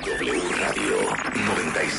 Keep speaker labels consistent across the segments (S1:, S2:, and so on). S1: W Radio 96.9.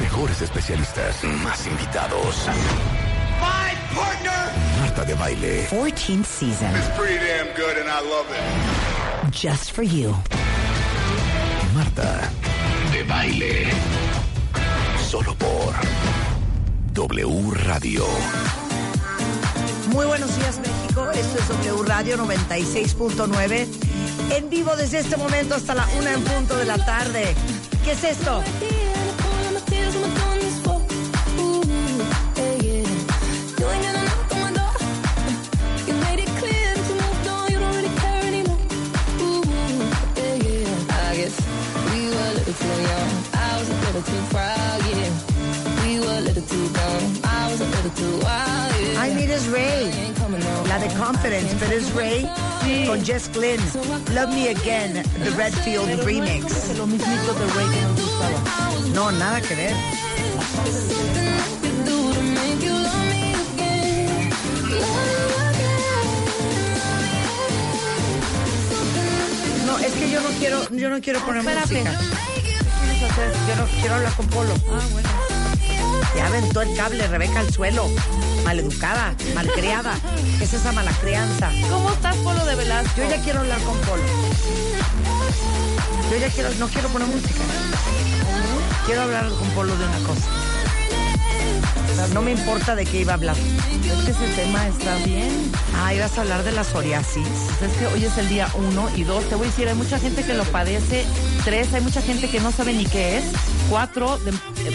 S1: Mejores especialistas. Más invitados.
S2: My partner
S1: Marta de Baile.
S3: 14th season.
S2: is pretty damn good and I love it.
S3: Just for you.
S1: Marta de Baile. Solo por W Radio.
S4: Muy buenos días México, esto es W Radio 96.9, en vivo desde este momento hasta la una en punto de la tarde. ¿Qué es esto? I mean, it's Ray, la de Confidence, pero es Ray con Jess Glynn. Love Me Again, The Redfield Remix.
S5: Lo mismito de Ray que nos gustaba.
S4: No, nada que ver. No, es que yo no quiero, yo no quiero poner
S5: Ah, espérate.
S4: música. Yo no quiero hablar con Polo.
S5: Ah, bueno.
S4: Ya aventó el cable Rebeca al suelo. Maleducada, malcriada. ¿Qué es esa mala crianza?
S5: ¿Cómo estás, Polo de Velasco?
S4: Yo ya quiero hablar con Polo. Yo ya quiero, no quiero poner música. Quiero hablar con Polo de una cosa. O sea, no me importa de qué iba a hablar.
S5: Es que ese tema está bien.
S4: Ah, ibas a hablar de la psoriasis.
S5: Pues Es que hoy es el día uno y dos. Te voy a decir, hay mucha gente que lo padece. Tres, Pues hay mucha gente que no sabe ni qué es. Cuatro, de,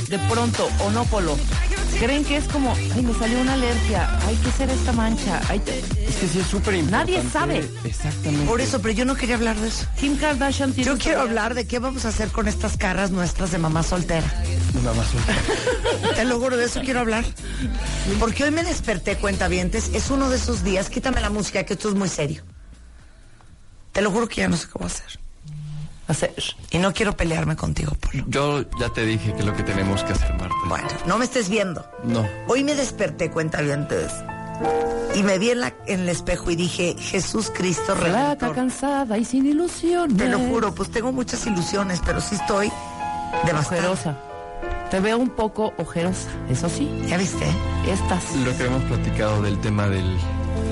S5: de pronto, onópolo. Creen que es como, ay, me salió una alergia. Ay, ¿qué será esta mancha? Ay, te-
S6: Es que sí es súper importante.
S5: Nadie sabe.
S6: Exactamente.
S4: Por eso, pero yo no quería hablar de eso.
S5: Kim Kardashian tiene
S4: Yo
S5: esta
S4: quiero
S5: alergia.
S4: hablar de qué vamos a hacer con estas caras nuestras de mamá soltera.
S6: Nada más un-
S4: Te lo juro, de eso quiero hablar. Porque hoy me desperté, cuentavientes. Es uno de esos días. Quítame la música, que esto es muy serio. Te lo juro que ya no sé qué voy a hacer.
S5: Hacer.
S4: Y no quiero pelearme contigo, Polo.
S6: Yo ya te dije que es lo que tenemos que hacer, Marta.
S4: Bueno, no me estés viendo.
S6: No.
S4: Hoy me desperté, cuentavientes. Y me vi en, la- en el espejo y dije, Jesús Cristo
S5: Plata,
S4: Redentor.
S5: cansada y sin ilusiones.
S4: Te lo juro, pues tengo muchas ilusiones, pero sí estoy devastada.
S5: Ojerosa. Te veo un poco ojerosa, eso sí.
S4: ¿Ya viste?
S5: Estas.
S6: Lo que hemos platicado del tema de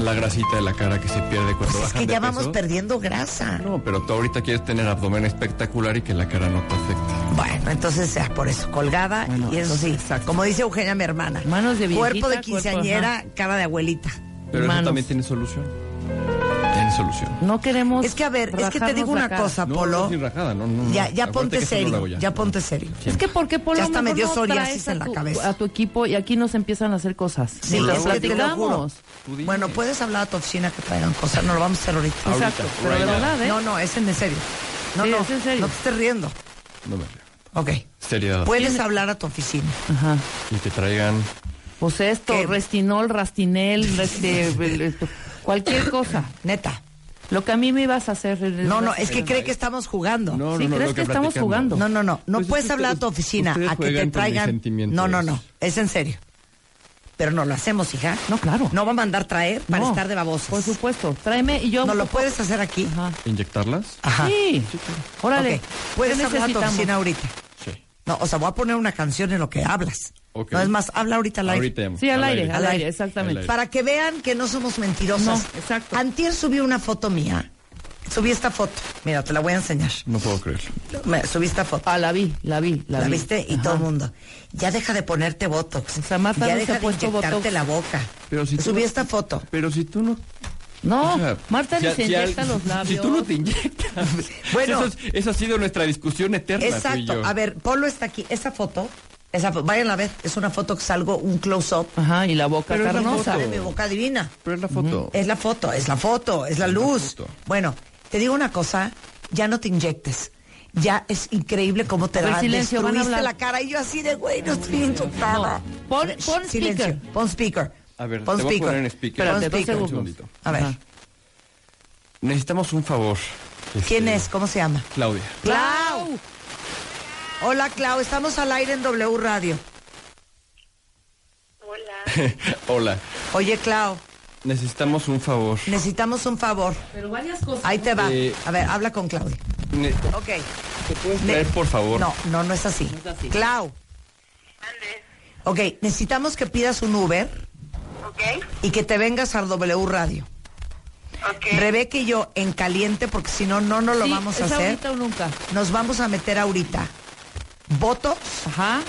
S6: la grasita de la cara que se pierde cuando
S4: Pues es
S6: bajan
S4: que
S6: de
S4: ya
S6: peso.
S4: vamos perdiendo grasa.
S6: No, pero tú ahorita quieres tener abdomen espectacular y que la cara no te afecte.
S4: Bueno, entonces sea por eso, colgada
S5: Bueno,
S4: y eso sí,
S5: exacto.
S4: como dice Eugenia, mi hermana.
S5: Manos de viejita,
S4: Cuerpo de quinceañera, cara de abuelita.
S6: Pero
S5: Manos.
S6: eso también tiene solución. Tiene solución.
S5: No queremos.
S4: Es que a ver, es que te
S5: rajarnos
S4: digo
S5: la
S4: una
S5: cara.
S4: cosa,
S6: No,
S4: Polo.
S6: no, sin rajada, no, no, no.
S4: Ya, ya
S6: Acuérdate
S4: ponte
S6: que eso no lo
S4: serio,
S6: hago
S4: ya.
S6: ya.
S4: ponte serio.
S5: Es que porque Polo
S4: Ya hasta me dio psoriasis en
S5: a
S4: la
S5: tu,
S4: cabeza.
S5: A tu equipo y aquí nos empiezan a hacer cosas.
S4: Sí,
S5: Ni
S4: es que te lo juro.
S5: platicamos.
S6: Tú dime.
S4: Bueno, puedes hablar a tu oficina que traigan cosas, no lo vamos a hacer ahorita.
S6: Ahorita,
S5: Exacto. Pero de
S6: right now.
S5: verdad, ¿eh?
S4: No, no, es en serio. No,
S5: Sí,
S4: no,
S5: es en serio.
S4: no te estés riendo.
S6: No me río.
S4: Ok.
S6: Seriedad.
S4: Puedes hablar a tu oficina.
S5: Ajá.
S6: Y te traigan
S5: Pues esto,
S4: ¿Qué?
S5: restinol, rastinel, este, el- el- cualquier cosa.
S4: Neta.
S5: Lo que a mí me ibas a hacer. el-
S4: No, no, es que cree que estamos jugando.
S6: No,
S5: Sí,
S6: no, no,
S5: ¿crees
S6: lo
S5: que estamos
S6: platicamos.
S5: jugando?
S4: No, no, no. No
S6: Pues es
S4: puedes
S6: que
S4: hablar a tu
S6: ustedes-
S4: oficina
S6: ustedes
S4: a que
S6: juegan
S4: te
S6: con mis
S4: traigan.
S6: sentimientos.
S4: No, no, no. Es en serio. Pero no lo hacemos, hija.
S5: No, claro.
S4: No va a mandar traer para
S5: No.
S4: estar de babosas.
S5: Por supuesto. Tráeme y yo.
S4: No lo puedes hacer aquí.
S5: Ajá.
S6: ¿Inyectarlas?
S4: Ajá.
S5: Sí. Órale.
S4: Ok. Puedes
S5: ¿Qué
S4: hablar a tu
S5: necesitamos?
S4: oficina ahorita.
S6: Sí.
S4: No, o sea, voy a poner una canción en lo que hablas.
S6: Ok.
S4: No es más, habla ahorita al aire.
S6: Ahorita llamo.
S5: Sí, al aire, al
S4: Al
S5: aire,
S4: aire.
S5: exactamente.
S6: Al aire.
S4: Para que vean que no somos mentirosas.
S5: No, exacto.
S4: Antier subí una foto mía Subí esta foto. Mira, te la voy a enseñar.
S6: No puedo creerlo.
S4: Me- subí esta foto.
S5: Ah, la vi, la vi, la,
S4: ¿La
S5: vi.
S4: viste? Y
S5: Ajá.
S4: todo el mundo. Ya deja de ponerte botox.
S5: Samantha
S4: ya
S5: no se
S4: deja
S5: ha
S4: de
S5: puesto
S4: inyectarte
S5: botox.
S4: la boca.
S6: Pero si tú-
S4: subí esta foto.
S6: Pero si tú no.
S5: No,
S6: o sea,
S5: Oh, Marta
S6: si a-
S5: ni se
S6: si a-
S5: inyecta los labios.
S6: Si tú no te inyectas.
S4: Bueno.
S6: Eso, es- eso ha sido nuestra discusión eterna. tú y
S4: Exacto.
S6: yo.
S4: A ver, Polo está aquí. Esa foto, esa fo- vayan a ver, es una foto que salgo un close up.
S5: Ajá, y la boca
S6: Pero es la
S5: carnosa.
S6: foto.
S4: Sale mi boca divina.
S6: Pero es la foto.
S4: Es la foto, es la foto, es la luz.
S6: foto.
S4: Bueno, te digo una cosa, ya no te inyectes. Ya es increíble cómo te
S5: A ver,
S4: da
S5: silencio, van a
S4: destruiste
S5: hablar.
S4: la cara y yo así de güey, no estoy inyectada.
S5: No, pon- pon speaker.
S4: Silencio, Pon speaker.
S6: A ver,
S4: pon
S6: te voy a poner en speaker.
S4: Pon
S5: Espérate, dos
S4: speaker.
S5: segundos.
S6: segundito.
S4: A ver,
S5: Ajá.
S6: Necesitamos un favor.
S4: ¿quién
S6: Este,
S4: es? ¿Cómo se llama?
S6: Claudia.
S4: Clau. Hola, Clau, estamos al aire en W Radio.
S6: Hola.
S4: Oye, Clau,
S6: Necesitamos un favor.
S4: necesitamos un favor.
S5: Pero varias cosas.
S4: Ahí te va.
S6: Eh,
S4: A ver, habla con Claudia.
S6: Ne-
S4: Ok.
S6: ¿Te puedes traer, por favor?
S4: No, no, no es así.
S5: No es así.
S4: Clau. Ok, necesitamos que pidas un Uber
S7: ¿Ok?
S4: y que te vengas al W Radio.
S7: ¿Ok?
S4: Rebeca y yo en caliente, porque si no, no, no lo
S5: Sí,
S4: vamos a
S5: es
S4: hacer.
S5: ahorita o nunca.
S4: Nos vamos a meter ahorita Botox
S5: Ajá.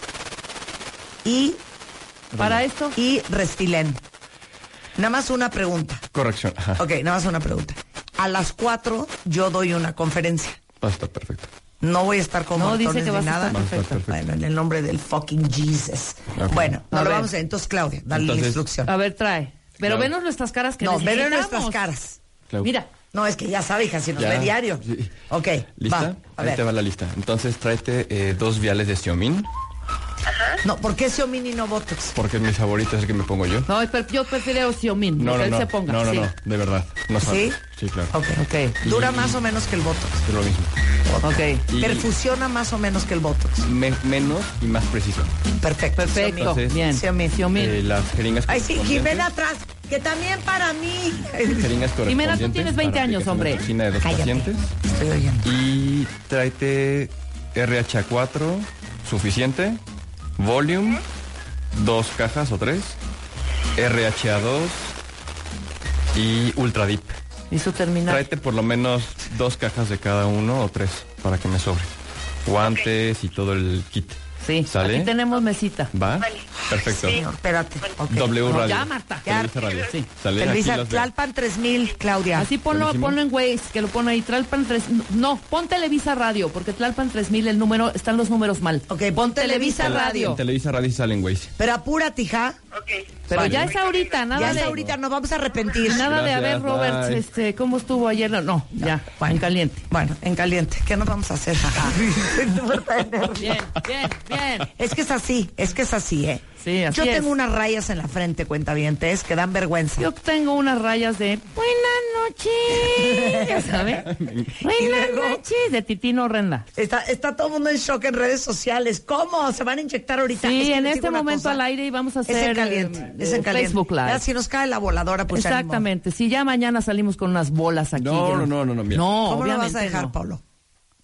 S4: y,
S5: Para esto,
S4: y Restilén. Nada más una pregunta.
S6: Corrección. Ajá.
S4: Ok, nada más una pregunta. A las 4 yo doy una conferencia.
S6: Va a estar Ah, perfecto.
S4: No voy a estar con
S5: No, dice
S4: montones
S5: que
S4: ni
S5: vas a
S4: nada.
S5: estar
S6: perfecta. Vas a estar perfecta.
S4: Bueno, en el nombre del fucking Jesus.
S6: Ok.
S4: Bueno, no
S5: A
S4: lo
S5: ver.
S4: vamos a entonces Claudia, dale la
S6: Entonces-
S4: instrucción.
S5: a ver, trae. Pero
S6: Claro.
S5: venos nuestras caras que
S4: No, ven en
S5: necesitamos.
S4: nuestras caras.
S6: Clau.
S5: Mira,
S4: No, es que ya sabe, hija, si nos
S6: Ya.
S4: ve diario.
S6: Sí.
S4: Ok,
S6: ¿Lista?
S4: va, a
S6: Ahí
S4: ver.
S6: te va la lista. Entonces tráete eh, dos viales de Xiaomin,
S4: No, ¿por qué ese homini no Botox?
S6: porque es mi favorito, es el que me pongo yo.
S5: no, esper- yo prefiero Xiaomin,
S6: No,
S5: que
S6: no,
S5: él
S6: no.
S5: se ponga.
S6: no, no,
S5: sí.
S6: no, de verdad. No
S4: ¿Sí?
S6: sabes. Sí, claro.
S4: Ok.
S5: Ok.
S4: Dura más o menos que el Botox.
S6: Es lo mismo.
S5: Ok.
S6: Y
S4: Perfusiona más o menos que el Botox.
S6: me- menos y más preciso.
S4: Perfecto.
S5: Perfecto,
S6: Entonces,
S5: bien.
S4: Xiaomin.
S6: Eh, las jeringas
S4: Ay, sí,
S6: correspondientes-
S4: Jimena atrás, que también para mí.
S6: Jeringas
S5: Jimena, tú
S6: correspondientes
S5: tienes
S6: para
S5: 20 años,
S6: aplicación
S5: hombre.
S6: de toxina de dos
S4: Cállate.
S6: pacientes.
S4: Estoy oyendo.
S6: Y tráete RH4 suficiente, volume, dos cajas o tres, RHA2 y Ultra Deep.
S5: Y su terminal.
S6: Tráete por lo menos dos cajas de cada uno o tres para que me sobre. Guantes y todo el kit.
S5: Sí,
S6: ¿Sale?
S5: aquí tenemos mesita.
S6: ¿Va?
S7: Vale.
S6: Perfecto.
S4: Señor, espérate. ok.
S6: W
S5: No,
S6: Radio.
S5: ya, Marta.
S4: Ya.
S6: Televisa Radio.
S5: Sí.
S6: ¿Sale? Aquí
S4: Televisa
S6: las veo.
S4: Tlalpan 3000, Claudia.
S5: Así ponlo,
S6: Buenísimo.
S5: ponlo en Waze, que lo pone ahí. Tlalpan 3... No, pon Televisa Radio, porque Tlalpan 3000 el número, están los números mal.
S4: Ok, pon Televisa
S6: En-
S4: Radio.
S6: En Televisa Radio y salen, güey.
S4: Pero apúrate, hija.
S7: Ok.
S5: Pero
S6: Vale.
S5: ya es ahorita, nada
S4: Ya
S5: de...
S4: es ahorita, nos vamos a arrepentir.
S5: Nada de, a ver,
S6: Gracias,
S5: Robert,
S6: bye.
S5: este, ¿cómo estuvo ayer? No, no, ya, en caliente.
S4: Bueno, en caliente. ¿Qué nos vamos a hacer?
S5: Bien, bien, bien.
S4: es que es así, es que es así, ¿eh?
S5: Sí, así
S4: Yo
S5: es.
S4: tengo unas rayas en la frente, cuentavientes, que dan vergüenza.
S5: Yo tengo unas rayas de buenas noches, ¿sabes? Buenas
S4: luego-
S5: noches de Titino Renda.
S4: Está, está todo el mundo en shock en redes sociales. ¿Cómo? ¿Se van a inyectar ahorita? Es
S5: Sí,
S4: que
S5: en
S4: les
S5: este
S4: digo una
S5: momento
S4: cosa,
S5: al aire y vamos a hacer
S4: Es en caliente,
S5: eh,
S4: es en
S5: eh,
S4: caliente.
S5: Facebook Live.
S4: Ya, si nos cae la voladora, pues ya ni modo.
S5: Exactamente, si ya mañana salimos con unas bolas aquí.
S6: No,
S5: ya.
S6: no, no, no, no, mira.
S5: No,
S4: ¿Cómo lo
S5: obviamente
S4: vas a dejar,
S5: no.
S4: Pablo?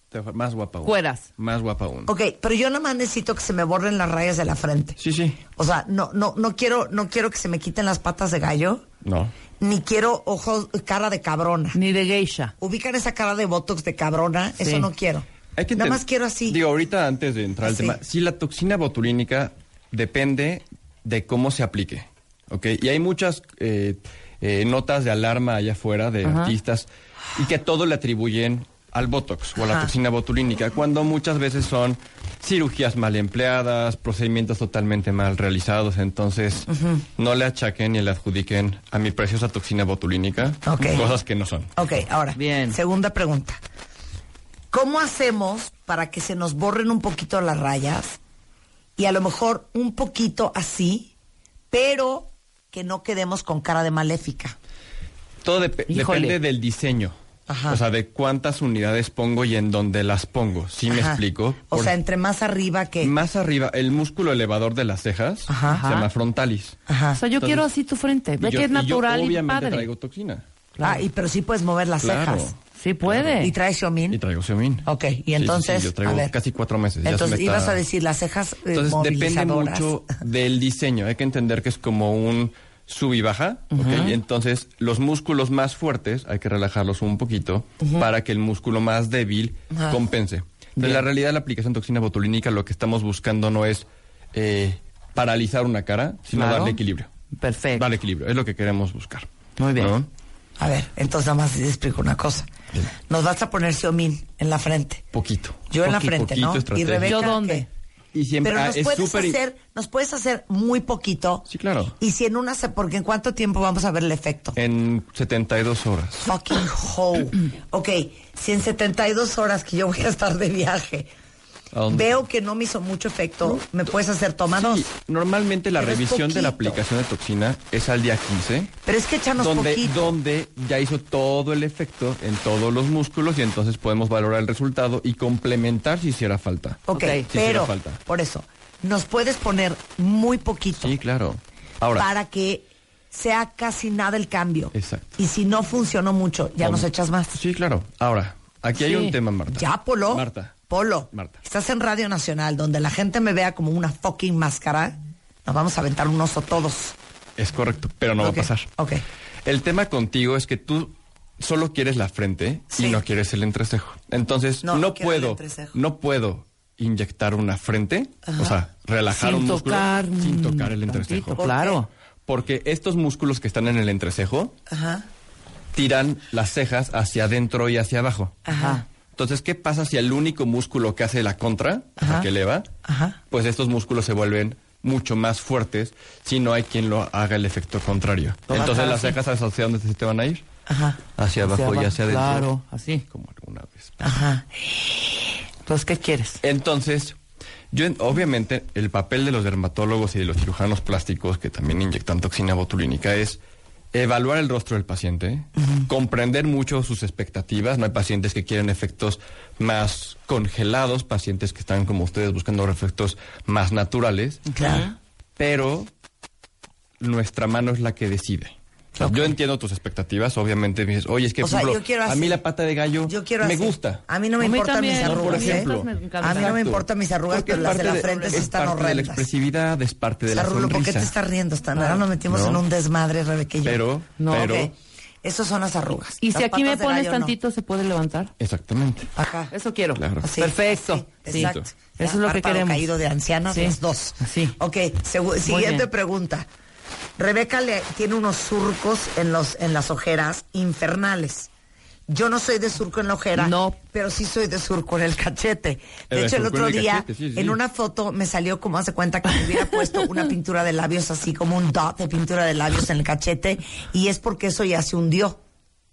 S6: Te- Más guapa aún.
S5: Cueras.
S6: Más guapa aún.
S4: Ok, pero yo nada más necesito que se me borren las rayas de la frente.
S6: Sí, sí.
S4: O sea, no, no, no quiero, no quiero que se me quiten las patas de gallo,
S6: No.
S4: ni quiero ojos, cara de cabrona.
S5: Ni de geisha.
S4: ubican esa cara de botox de cabrona,
S5: Sí.
S4: eso no quiero.
S6: Hay que
S4: Nada
S6: enten-
S4: más quiero así.
S6: Digo, ahorita antes de entrar al
S4: Así.
S6: tema, sí, la toxina botulínica depende de cómo se aplique. ¿Ok? Y hay muchas eh, eh, notas de alarma allá afuera de artistas y que todo le atribuyen al botox o a la
S4: Ajá.
S6: toxina botulínica, cuando muchas veces son cirugías mal empleadas, procedimientos totalmente mal realizados. Entonces, no le achaquen ni le adjudiquen a mi preciosa toxina botulínica
S4: Ok.
S6: cosas que no son.
S4: Ok, ahora,
S5: Bien.
S4: segunda pregunta. ¿Cómo hacemos para que se nos borren un poquito las rayas y a lo mejor un poquito así, pero que no quedemos con cara de maléfica?
S6: Todo dep-
S5: Híjole.
S6: depende del diseño.
S4: Ajá.
S6: O sea, de cuántas unidades pongo y en dónde las pongo. ¿Sí me
S4: Ajá.
S6: explico?
S4: O
S6: Por-
S4: sea, entre más arriba que...
S6: más arriba, el músculo elevador de las cejas
S4: Ajá.
S6: se llama frontalis.
S4: Ajá.
S5: O sea, yo
S6: Entonces-
S5: quiero así tu frente. Ve
S6: Y yo-
S5: que es
S6: y yo
S5: natural y,
S6: obviamente
S5: padre.
S6: traigo toxina.
S4: Ah, y pero sí puedes mover las
S6: Claro.
S4: cejas.
S5: Sí puede.
S4: ¿Y traes Xiaomin?
S6: Y traigo semin.
S4: Ok,
S6: Sí, sí,
S4: y entonces...
S6: yo traigo
S4: a ver.
S6: casi cuatro meses. ya se
S4: Entonces,
S6: me está-
S4: ibas a decir las cejas eh,
S6: Entonces depende
S4: movilizadoras.
S6: mucho del diseño. Hay que entender que es como un sub y baja, ¿ok? Entonces, los músculos más fuertes hay que relajarlos un poquito para que el músculo más débil
S4: Ah.
S5: Ajá.
S6: compense. En la realidad, la aplicación de toxina botulínica lo que estamos buscando no es eh, paralizar una cara, sino
S5: Claro.
S6: darle equilibrio.
S5: Perfecto.
S6: Darle equilibrio, es lo que queremos buscar.
S5: Muy bien.
S6: ¿no?
S4: A ver, entonces nada más te explico una cosa. Nos vas a poner Xiomín en la frente.
S6: Poquito.
S4: Yo en la
S6: Poqui-
S4: frente,
S6: poquito
S4: ¿no? Y
S6: estrategia.
S4: Rebeca.
S5: ¿Yo dónde?
S4: ¿qué?
S6: Y siempre-
S4: Pero
S6: ah,
S4: nos
S6: es
S4: puedes
S6: súper-
S4: hacer, nos puedes hacer muy poquito.
S6: Sí, claro. Eh.
S4: Y si en una se, porque en cuánto tiempo vamos a ver el efecto.
S6: En 72 horas.
S4: Fucking hoe. ok, si en 72 horas que yo voy a estar de viaje,
S6: ¿A dónde?
S4: veo que no me hizo mucho efecto, me puedes hacer toma dos.
S6: Sí, normalmente la
S4: Pero es
S6: revisión de la
S4: poquito.
S6: aplicación de toxina es al día 15,
S4: Pero es que échanos
S6: donde,
S4: poquito.
S6: donde ya hizo todo el efecto en todos los músculos y entonces podemos valorar el resultado y complementar si hiciera falta.
S4: ok,
S5: Ok, sí
S4: pero
S6: hiciera falta.
S4: por eso, nos puedes poner muy poquito.
S6: Sí, claro. Ahora,
S4: para que sea casi nada el cambio.
S6: Exacto.
S4: Y si no funcionó mucho, ya
S6: con-
S4: nos echas más.
S6: Sí, claro. Ahora, aquí hay
S5: Sí.
S6: un tema, Marta.
S4: Ya, Polo.
S6: Marta.
S4: Polo.
S6: Marta.
S4: Estás en Radio Nacional, donde la gente me vea como una fucking máscara. Nos vamos a aventar un oso todos.
S6: Es correcto, pero no
S4: Ok,
S6: va a pasar. Este
S4: ok.
S6: El tema contigo es que tú solo quieres la frente
S4: Sí.
S6: y no quieres el entrecejo. Entonces,
S4: No,
S6: no,
S4: no quiero el
S6: puedo
S4: entrecejo.
S6: no puedo inyectar una frente, o sea, relajar
S5: Sin
S6: un músculo
S5: tocar, mm,
S6: sin tocar el
S5: tantito,
S6: entrecejo.
S5: claro.
S6: Porque estos músculos que están en el entrecejo
S4: Ajá.
S6: tiran las cejas hacia adentro y hacia abajo.
S5: Ajá.
S6: Entonces, ¿qué pasa si el único músculo que hace la contra, o sea,
S4: Ajá.
S6: que eleva,
S4: Ajá.
S6: pues estos músculos se vuelven mucho más fuertes si no hay quien lo haga el efecto contrario. Entonces, las cejas hacia dónde se te van a ir?
S4: Ajá.
S6: Hacia abajo y hacia adentro.
S5: Claro, así.
S6: Como alguna vez.
S4: Ajá.
S5: Entonces, ¿qué quieres?
S6: Entonces, yo en- obviamente el papel de los dermatólogos y de los cirujanos plásticos que también inyectan toxina botulínica es evaluar el rostro del paciente, comprender mucho sus expectativas. No hay pacientes que quieren efectos más congelados, pacientes que están como ustedes buscando efectos más naturales,
S4: Claro.
S6: pero nuestra mano es la que decide. O sea, Yo entiendo tus expectativas, obviamente me dices, oye, es que
S4: O
S6: por
S4: sea,
S6: ejemplo,
S4: yo quiero
S6: a
S4: así.
S6: mí la pata de gallo
S4: Yo quiero
S6: me
S4: así.
S6: gusta.
S4: A mí no me
S5: A mí
S4: importan mis
S5: también,
S4: arrugas.
S6: por
S4: ¿eh?
S6: ejemplo.
S5: Me encanta.
S4: A mí no me
S6: Exacto.
S4: importan mis arrugas,
S6: Porque
S4: pero
S6: es
S4: las de
S6: parte
S4: la frente sí
S6: es
S4: están
S6: parte de la
S4: horrendas.
S6: expresividad, es parte de la
S4: Sarulo, ¿por qué te
S6: sonrisa.
S4: estás riendo? Está- Ahora nos metimos
S6: No.
S4: en un desmadre, Rebeca y yo.
S6: Pero,
S5: No,
S6: pero,
S4: Ok. Esas son las arrugas.
S5: Y
S4: Las
S5: si aquí me
S4: patas de
S5: pones
S4: gallo, no.
S5: tantito, ¿se puede levantar?
S6: exactamente.
S4: Ajá.
S5: Eso quiero.
S6: Claro.
S4: Así,
S5: Perfecto.
S4: así,
S5: Sí.
S4: Exacto.
S5: Eso es lo que
S4: Párpado
S5: queremos.
S4: caído de ancianos,
S5: Sí.
S4: los dos.
S5: Sí.
S4: Ok, segu- siguiente
S5: bien.
S4: pregunta. Rebeca le, tiene unos surcos en, los, en las ojeras infernales. Yo no soy de surco en la ojera,
S5: No.
S4: pero sí soy de surco en el cachete. De
S6: Eh, de
S4: hecho, el
S6: surco
S4: otro
S6: en el
S4: día,
S6: cachete, sí, sí.
S4: en una foto, me salió como hace cuenta que me hubiera puesto una pintura de labios así, como un dot de pintura de labios en el cachete, y es porque eso ya se hundió.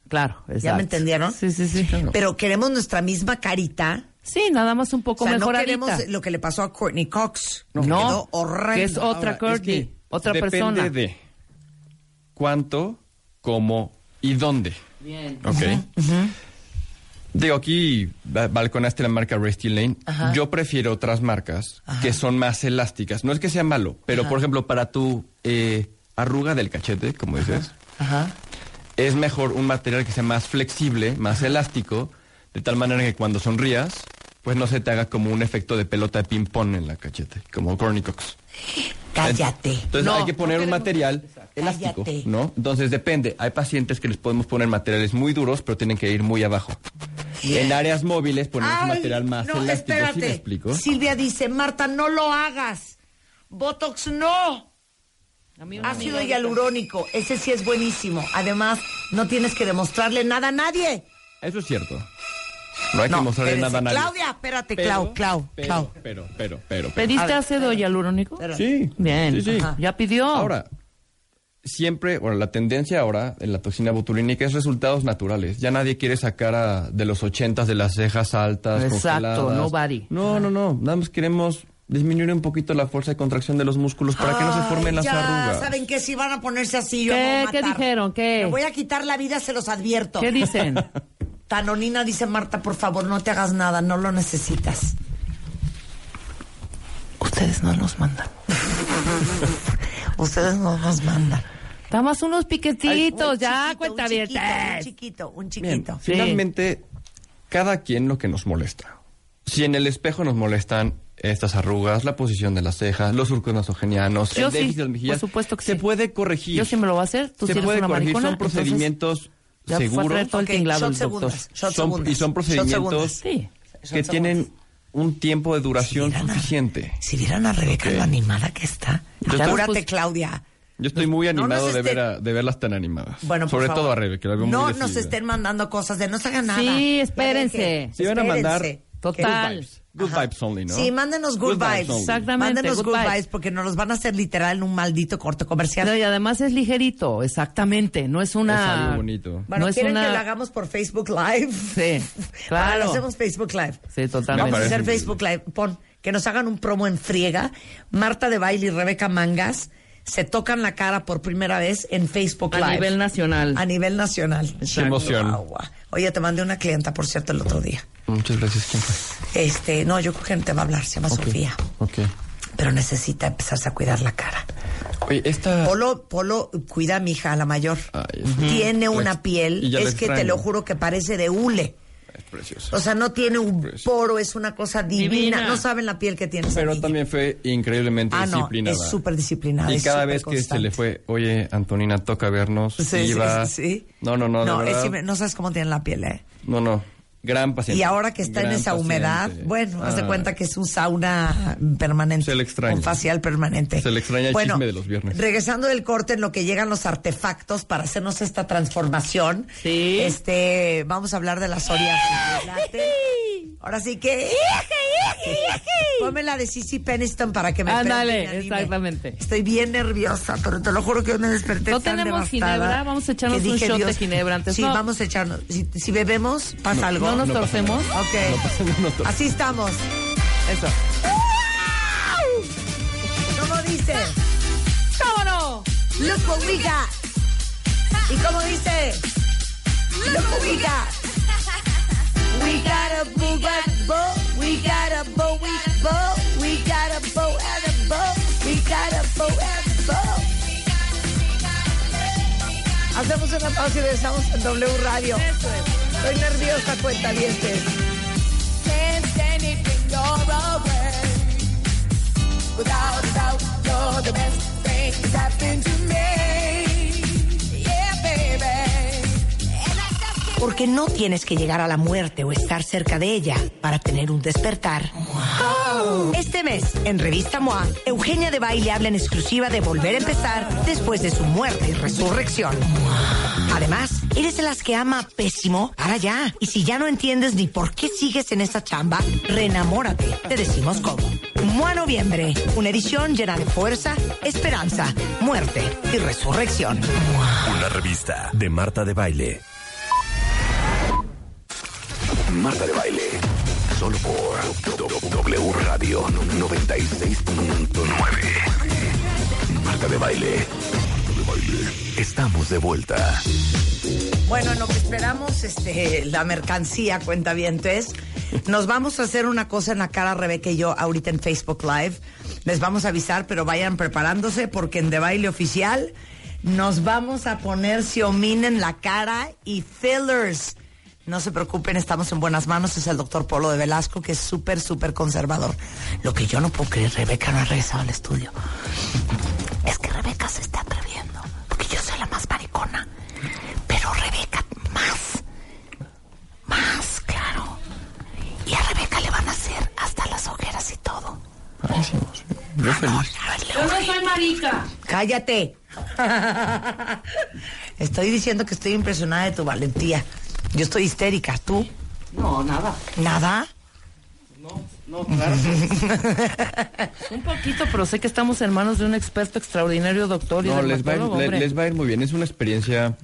S5: Claro, exacto.
S4: me entendieron?
S5: Sí, sí, sí.
S4: Pero queremos nuestra misma carita,
S5: Sí, nada más un
S4: o
S5: poco
S4: sea, no
S5: mejoradita.
S4: queremos lo que le pasó a Courtney Cox.
S5: No,
S4: Quedó horrendo.
S5: que es otra
S6: Ahora, es
S5: Courtney,
S6: que
S5: otra
S6: depende
S5: persona.
S6: de cuánto, cómo y dónde.
S5: Bien.
S6: Ok. Digo, aquí ba- balconaste la marca Rusty Lane. Yo prefiero otras marcas que son más elásticas. No es que sea malo, pero por ejemplo, para tu eh, arruga del cachete, como dices, es mejor un material que sea más flexible, más elástico, de tal manera que cuando sonrías, pues no se te haga como un efecto de pelota de ping-pong en la cachete, como Corny Cox.
S4: Cállate.
S6: Entonces
S5: No,
S6: hay que poner
S5: no
S6: un
S5: queremos-
S6: material elástico,
S4: Cállate.
S6: ¿no? Entonces depende. Hay pacientes que les podemos poner materiales muy duros, pero tienen que ir muy abajo. En áreas móviles ponemos un
S4: Ay,
S6: material más
S4: no,
S6: elástico.
S4: espérate.
S6: ¿Sí me explico?
S4: Silvia dice, Marta, no lo hagas. Botox no.
S5: A mí una
S4: Ácido
S5: amiga-
S4: hialurónico. Ese sí es buenísimo. Además, no tienes que demostrarle nada a nadie.
S6: Eso es cierto. No hay
S4: No,
S6: que mostrarle
S4: espérese.
S6: nada a nadie.
S4: Claudia, espérate,
S6: Pero,
S4: Clau, Clau,
S6: pero,
S4: Clau.
S6: Pero, pero, pero, pero.
S5: ¿Pediste
S4: Ah,
S5: ácido hialurónico?
S4: Pero-
S6: Sí.
S5: Bien.
S6: Sí, sí.
S5: Ajá. Ya pidió.
S6: Ahora, siempre, bueno, la tendencia ahora en la toxina botulínica es resultados naturales. Ya nadie quiere sacar a- de los ochentas de las cejas altas,
S5: Exacto,
S6: congeladas.
S5: nobody.
S6: No, no, no. Nada más queremos disminuir un poquito la fuerza de contracción de los músculos para que no se formen las
S4: ya,
S6: arrugas.
S4: ¿Saben qué? Si van a ponerse así, yo
S5: ¿Qué?
S4: me voy a
S5: ¿Qué
S4: matar.
S5: dijeron? ¿Qué?
S4: Me voy a quitar la vida, se los advierto.
S5: ¿Qué dicen?
S4: Tanonina dice, Marta, por favor, no te hagas nada, no lo necesitas.
S5: Ustedes no nos mandan.
S4: Ustedes no nos mandan.
S5: Nada más unos piquetitos,
S4: Un
S5: ya,
S4: chiquito,
S5: cuenta Eh,
S4: un chiquito,
S5: abierta.
S4: Un chiquito, un
S6: Bien,
S4: chiquito.
S5: Sí.
S6: Finalmente, cada quien lo que nos molesta. Si en el espejo nos molestan estas arrugas, la posición de las cejas, los surcos nasogenianos,
S5: Yo
S6: el
S5: sí,
S6: déficit de las mejillas.
S5: por supuesto que
S6: se
S5: sí.
S6: puede corregir.
S5: Yo sí me lo voy a hacer, tú
S6: se
S5: sí eres
S6: puede
S5: una
S6: corregir,
S5: maricona,
S6: son
S5: entonces,
S6: procedimientos
S5: ya fue a traer
S6: seguros.
S5: todo el
S4: Ok,
S5: tinglado
S4: son
S5: el doctor.
S4: segundas. Son
S6: Son-
S4: segundas.
S6: y son
S4: segundas.
S6: procedimientos
S5: Sí.
S4: Son
S6: que
S4: segundas.
S6: tienen un tiempo de duración
S4: Si vieran a-
S6: suficiente.
S4: Si vieran a Rebeca
S6: Ok.
S4: lo animada que está.
S6: Yo estoy-
S4: Apúrate,
S5: Pues-
S4: Claudia.
S6: Yo estoy muy
S4: No nos
S6: animado de,
S4: esté-
S6: ver a- de verlas tan animadas.
S4: Bueno, por
S6: Sobre
S4: favor.
S6: todo a Rebe, que la veo
S4: No
S6: muy
S4: nos
S6: decidida.
S4: estén mandando cosas de no se hagan nada.
S5: Sí,
S4: Ya
S5: espérense.
S4: deje.
S6: Si van a mandar-
S4: Espérense.
S5: Total.
S6: Good
S4: Ajá.
S6: vibes only, ¿no?
S4: Sí, mándenos good, vibes.
S6: only.
S5: Exacto. Exactamente,
S4: Mándenos
S5: good
S4: good vibes.
S5: vibes
S4: porque nos los van a hacer literal en un maldito corte comercial.
S5: No, y además es ligerito, exactamente. No es
S6: Es
S5: una.
S6: algo bonito.
S4: bueno,
S5: no es
S4: ¿quieren
S5: una-
S4: que lo hagamos por Facebook Live?
S5: Sí,
S4: Ahora
S5: claro.
S4: lo hacemos Facebook Live.
S5: Sí,
S6: Me
S4: Vamos a
S5: totalmente.
S6: parece
S4: hacer
S6: muy bien.
S4: Facebook Live. Pon, que nos hagan un promo en friega. Marta de Baile y Rebeca Mangas se tocan la cara por primera vez en Facebook
S5: A
S4: Live.
S5: nivel nacional.
S4: A nivel nacional. Exacto.
S6: emoción.
S4: Guau, guau. Oye, te mandé una clienta, por cierto, el otro día.
S6: Muchas gracias. ¿Quién fue?
S4: Este, no, yo creo que no te va a hablar, se llama Sofía.
S6: Ok.
S4: Pero necesita empezarse a cuidar la cara.
S6: Oye, esta...
S4: Polo, Polo cuida a mi hija, a la mayor.
S6: Ay, es-
S4: Tiene
S6: Ujú.
S4: una
S6: Y
S4: piel,
S6: ya la
S4: es que te
S6: extraño.
S4: lo juro que parece de hule.
S6: Es preciosa.
S4: O sea, no tiene un
S6: Precioso.
S4: poro, es una cosa divina.
S5: Divina.
S4: No saben la piel que tiene. esa
S6: Pues Pero
S4: niña.
S6: también fue increíblemente
S4: Ah, no,
S6: disciplinada.
S4: es súper disciplinada,
S6: Y
S4: es
S6: cada
S4: súper
S6: vez que se
S4: constante.
S6: le fue, oye, Antonina, toca vernos.
S4: Sí, sí,
S6: iba-
S4: sí, sí.
S6: No, no, no, de
S4: No, es
S6: verdad,
S4: inme- no sabes cómo tiene la piel, ¿eh?
S6: no, no. Gran paciente.
S4: Y ahora que está en
S6: Gran
S4: esa
S6: paciente.
S4: humedad, bueno, haz de
S6: Ah,
S4: cuenta que es un sauna permanente.
S6: Se le extraña.
S4: Un facial permanente.
S6: Se le extraña el
S4: bueno,
S6: chisme de los viernes.
S4: Regresando del corte, en lo que llegan los artefactos para hacernos esta transformación.
S5: Sí.
S4: Este, vamos a hablar de la psoriasis. ¿Late? Ahora sí que. Ponme la de Sissy Peniston para que me prenda
S5: Ándale,
S4: y me anime.
S5: exactamente.
S4: Estoy bien nerviosa, pero te lo juro que hoy me desperté
S5: No
S4: tan
S5: tenemos
S4: devastada
S5: ginebra, vamos a echarnos
S4: que
S5: un
S4: dije,
S5: shot de
S4: Dios,
S5: ginebra antes,
S4: Sí,
S5: ¿no?
S4: vamos a echarnos. Si, si bebemos, pasa algo.
S5: No nos torcemos.
S4: Ok. Así estamos.
S5: Eso.
S4: ¿Cómo dice?
S5: ¡Vámonos!
S4: Look what we got. ¿Y cómo dice? Look what we got. We got a boo, got a bow. We got a bow, we bow. We got a bow and a bow. We got a bow and a bow. Hacemos una pausa y regresamos en W Radio. Estoy nerviosa, cuenta dientes.
S8: Can't stand it when you're away. Without a doubt, you're the best thing that's happened to me. Yeah, baby. And I just can't
S3: Porque no tienes que llegar a la muerte o estar cerca de ella para tener un despertar. Este mes, en Revista MOA, Eugenia de Baile habla en exclusiva de volver a empezar después de su muerte y resurrección. Además, ¿eres de las que ama pésimo? Para ya. Y si ya no entiendes ni por qué sigues en esa chamba, reenamórate. Te decimos cómo. MOA Noviembre, una edición llena de fuerza, esperanza, muerte y resurrección.
S1: Una revista de Marta de Baile. Marta de Baile. Solo por do- do- W Radio 96.9. Marta de Baile. Estamos de vuelta.
S4: Bueno, en lo que esperamos, este, la mercancía, cuenta vientes. Nos vamos a hacer una cosa en la cara, Rebeca y yo, ahorita en Facebook Live. Les vamos a avisar, pero vayan preparándose porque en De Baile Oficial nos vamos a poner Xiomina en la cara y fillers. No se preocupen, estamos en buenas manos. Es el doctor Polo de Velasco, que es súper, súper conservador. Lo que yo no puedo creer, Rebeca no ha regresado al estudio. Es que Rebeca se está atreviendo, porque yo soy la más maricona. Pero Rebeca más. Más, claro. Y a Rebeca le van a hacer hasta las ojeras y todo.
S5: Yo no soy marica.
S4: Cállate. estoy diciendo que estoy impresionada de tu valentía. Yo estoy histérica. ¿Tú?
S5: No, nada.
S4: ¿Nada?
S5: No, claro. un poquito, pero sé que estamos en manos de un experto extraordinario, doctor. Y
S6: No, les va, a ir,
S5: dermatólogo,
S6: le-
S5: hombre.
S6: les va a ir muy bien. Es una experiencia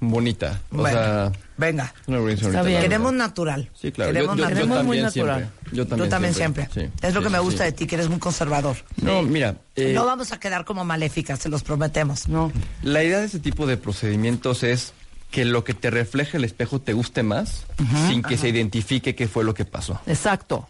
S6: bonita. O
S4: Bueno,
S6: sea,
S4: venga.
S6: es una experiencia
S5: Está
S6: bonita,
S5: bien.
S6: la
S4: Queremos
S6: verdad.
S4: natural.
S6: Sí, claro.
S4: Queremos
S6: yo, yo- yo
S4: natural.
S5: Queremos muy
S6: también
S5: natural.
S6: siempre. Yo también,
S4: siempre.
S6: Sí,
S4: es lo
S6: sí,
S4: que me
S6: sí,
S4: gusta
S6: sí.
S4: de ti, que eres muy conservador.
S6: No, mira. eh,
S4: no vamos a quedar como maléficas, se los prometemos.
S5: No.
S6: La idea de este tipo de procedimientos es que lo que te refleje el espejo te guste más sin que se identifique qué fue lo que pasó.
S5: Exacto.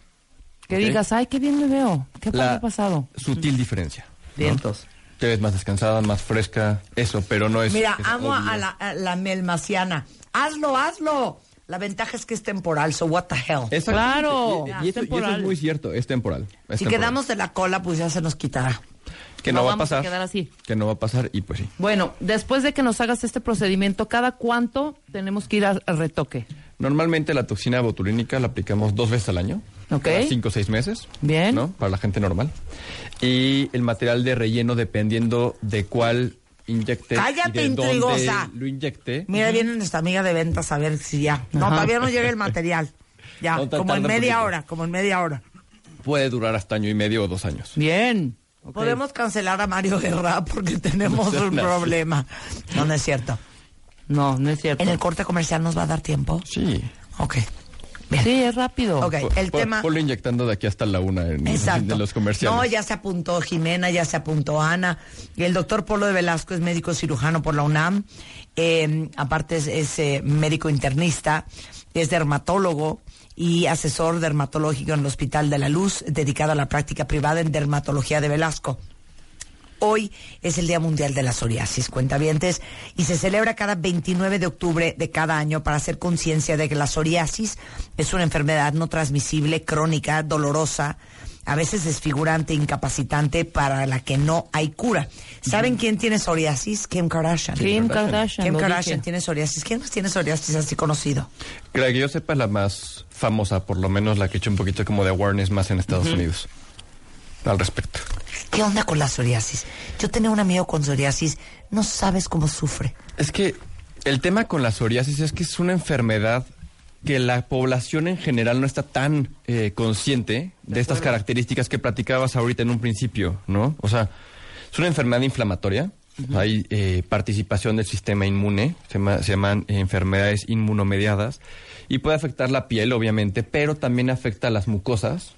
S5: Que
S6: Ok.
S5: digas, ay, qué bien me veo. ¿Qué
S6: La
S5: ha pasado?
S6: sutil diferencia. ¿no?
S5: Vientos.
S6: Te ves más descansada, más fresca, eso, pero no es...
S4: Mira,
S6: es
S4: amo a
S6: obvio.
S4: la, a la melmaciana. Hazlo, hazlo. La ventaja es que es temporal, so what the hell.
S6: Exactamente. Y, y eso, y eso es muy cierto, es temporal. es
S4: si
S6: temporal.
S4: quedamos de la cola, pues ya se nos quitará.
S6: que
S5: No
S6: no, va a
S5: vamos a
S6: pasar.
S5: quedar así.
S6: Que no va a pasar y pues sí.
S5: Bueno, después de que nos hagas este procedimiento, ¿cada cuánto tenemos que ir a- al retoque?
S6: Normalmente la toxina botulínica la aplicamos dos veces al año.
S5: Ok.
S6: Cada cinco o seis meses.
S5: Bien.
S6: ¿no? Para la gente normal. Y el material de relleno dependiendo de cuál inyecte. y
S4: Cállate,
S6: de dónde
S4: intrigosa.
S6: Lo inyecte.
S4: Mira, viene nuestra amiga de ventas a ver si ya. No,
S6: Ajá.
S4: todavía no llega el material. Ya,
S6: No, ta-
S4: como en
S6: tarda un
S4: media
S6: poquito.
S4: hora, como en media hora.
S6: Puede durar hasta año y medio o dos años.
S5: Bien.
S4: Podemos cancelar a Mario Guerra porque tenemos
S6: No,
S4: un
S6: no.
S4: problema. No, no es cierto.
S5: No, no es cierto.
S4: ¿En el corte comercial nos va a dar tiempo?
S6: Sí.
S4: Ok.
S5: Sí, es rápido.
S4: Ok, el
S6: Pon-
S4: tema...
S6: Ponlo inyectando de aquí hasta la una ¿eh? en,
S4: Exacto.
S6: de los comerciales.
S4: No, ya se apuntó Jimena, ya se apuntó Ana. Y el doctor Polo de Velasco es médico cirujano por la UNAM. Eh, aparte es, es, eh, médico internista, es dermatólogo y asesor dermatológico en el Hospital de la Luz, dedicado a la práctica privada en dermatología de Velasco. Hoy es el Día Mundial de la Psoriasis, cuentavientes, y se celebra cada 29 de octubre de cada año para hacer conciencia de que la psoriasis es una enfermedad no transmisible, crónica, dolorosa, a veces desfigurante, incapacitante, para la que no hay cura. ¿Saben quién tiene psoriasis? Kim Kardashian.
S5: Kim Kardashian.
S4: Kim
S5: lo
S4: Kardashian
S5: dije.
S4: tiene psoriasis. ¿Quién más tiene psoriasis así conocido?
S6: Creo que yo sepa es la más famosa, por lo menos la que he hecho un poquito como de awareness más en Estados Unidos al respecto.
S4: ¿Qué onda con la psoriasis? Yo tenía un amigo con psoriasis, no sabes cómo sufre.
S6: Es que el tema con la psoriasis es que es una enfermedad que la población en general no está tan eh, consciente de, estas características que platicabas ahorita en un principio, ¿no? O sea, es una enfermedad inflamatoria. Hay eh, participación del sistema inmune, se, llama- se llaman eh, enfermedades inmunomediadas, y puede afectar la piel, obviamente, pero también afecta las mucosas,